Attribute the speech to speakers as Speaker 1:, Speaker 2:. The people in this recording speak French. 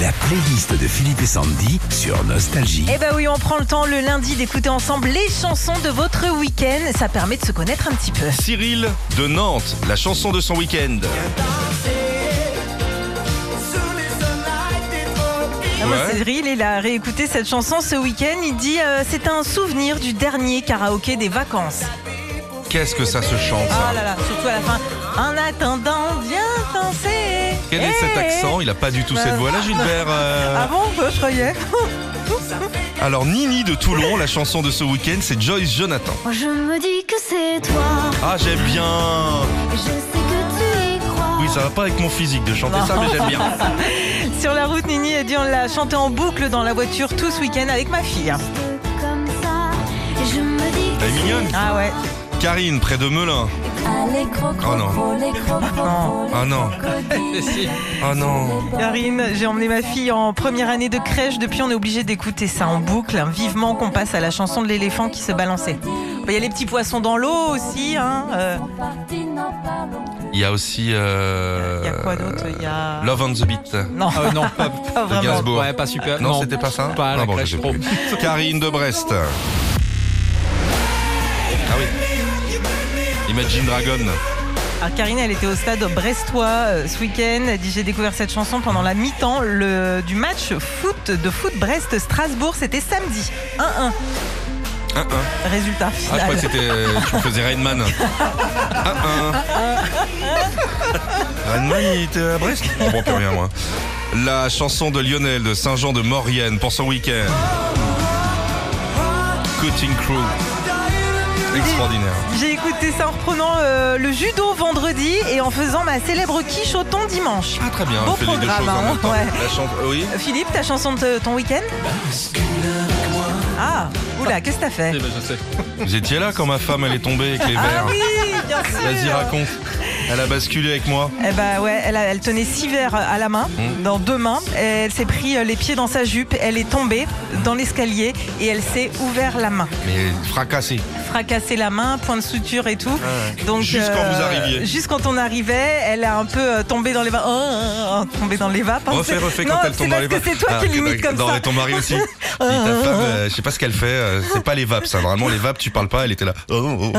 Speaker 1: La playlist de Philippe et Sandy sur Nostalgie.
Speaker 2: Eh ben oui, on prend le temps le lundi d'écouter ensemble les chansons de votre week-end. Ça permet de se connaître un petit peu.
Speaker 3: Cyril de Nantes, la chanson de son week-end.
Speaker 2: Ah ouais,
Speaker 3: Ouais.
Speaker 2: Cyril, il a réécouté cette chanson ce week-end. Il dit euh, c'est un souvenir du dernier karaoké des vacances.
Speaker 3: Qu'est-ce que ça se chante
Speaker 2: Ah
Speaker 3: ça
Speaker 2: là là, surtout à la fin. En attendant, viens penser.
Speaker 3: Quel est cet accent euh Il a pas du tout cette voix là, Gilbert. euh.
Speaker 2: Eh, bah. Ah bon, je croyais.
Speaker 3: Alors Nini de Toulon, la chanson de ce week-end, c'est Joyce Jonathan.
Speaker 4: Moi je me dis que c'est toi,
Speaker 3: Ah j'aime bien.
Speaker 4: et je sais que tu y crois.
Speaker 3: Oui, ça va pas avec mon physique de chanter ça, mais j'aime bien.
Speaker 2: Sur la route, Nini a dit on l'a chanté en boucle dans la voiture tout ce week-end avec ma fille.
Speaker 4: Comme ça, et je me dis que
Speaker 3: Elle est mignonne.
Speaker 2: Ah ouais.
Speaker 3: Karine près de Melun.
Speaker 4: Allez,
Speaker 3: Oh non.
Speaker 2: Non.
Speaker 3: Ah non. Ah non.
Speaker 2: Karine, j'ai emmené ma fille en première année de crèche. Depuis, on est obligé d'écouter ça en boucle, hein, vivement qu'on passe à la chanson de l'éléphant qui se balançait. Bah, Il y a les petits poissons dans l'eau aussi. hein, euh,
Speaker 3: Il y a aussi. euh,
Speaker 2: Il y a quoi d'autre Il y a.
Speaker 3: Love on the Beat.
Speaker 2: Non,
Speaker 5: Ah ouais, non, pas,
Speaker 2: pas
Speaker 3: De
Speaker 2: vraiment.
Speaker 3: Gainsbourg.
Speaker 5: ouais, pas super.
Speaker 3: Ah Non, c'était pas ça
Speaker 5: Pas à la
Speaker 3: Ah bon,
Speaker 5: crèche
Speaker 3: je sais
Speaker 5: pro.
Speaker 3: plus. Karine de Brest. Ah oui. Imagine Dragon.
Speaker 2: Alors, Ah, Karine, elle était au stade brestois euh, ce week-end. Elle dit J'ai découvert cette chanson pendant la mi-temps le- du match foot de foot Brest-Strasbourg. C'était samedi. 1-1.
Speaker 3: 1-1.
Speaker 2: Résultat
Speaker 3: Ah, je
Speaker 2: final.
Speaker 3: crois que c'était. Tu me faisais Rainman. 1-1. Rainman, il était à Brest Je comprends plus rien, moi. La chanson de Lionel de Saint-Jean de Maurienne pour son week-end. Cutting Crew. Extraordinaire.
Speaker 2: J'ai écouté ça en reprenant euh, le judo vendredi et en faisant ma célèbre quiche au thon dimanche.
Speaker 3: Ah, très bien,
Speaker 2: Beau
Speaker 3: on fait les deux
Speaker 2: programme,
Speaker 3: choses en
Speaker 2: hein,
Speaker 3: même temps.
Speaker 2: ouais.
Speaker 3: La chanson. Oui
Speaker 2: Philippe, ta chanson de ton week-end Ah, oula, qu'est-ce que t'as fait
Speaker 5: Eh ben, je sais.
Speaker 3: Vous étiez là quand ma femme, elle est tombée avec les
Speaker 2: Ah
Speaker 3: verres.
Speaker 2: oui, bien sûr
Speaker 3: Vas-y, raconte. Elle a basculé avec moi.
Speaker 2: Eh ben ouais, elle, a- elle tenait six verres à la main,
Speaker 3: Mm.
Speaker 2: dans deux mains. Elle s'est pris euh, les pieds dans sa jupe, elle est tombée dans l'escalier et elle s'est ouvert la main,
Speaker 3: Mais fracassée.
Speaker 2: fracassé la main, point de suture et tout.
Speaker 3: ouais.
Speaker 2: Donc euh,
Speaker 3: Juste quand vous arriviez.
Speaker 2: Juste quand on arrivait, elle a un peu euh, tombé dans les vapes. Oh, oh, oh, tombé dans les vapes. hein.
Speaker 3: Refais,
Speaker 2: C'est-
Speaker 3: refais
Speaker 2: non,
Speaker 3: quand elle tombe dans
Speaker 2: C'est
Speaker 3: les vapes.
Speaker 2: parce que c'est toi
Speaker 3: Ah,
Speaker 2: qui
Speaker 3: que-
Speaker 2: limite comme
Speaker 3: non,
Speaker 2: ça.
Speaker 3: mais ton mari aussi. Et ta femme, euh, je sais pas ce qu'elle fait, euh, c'est pas les vapes, ça. Vraiment, les vapes, tu parles pas, elle était là. Oh, oh, oh.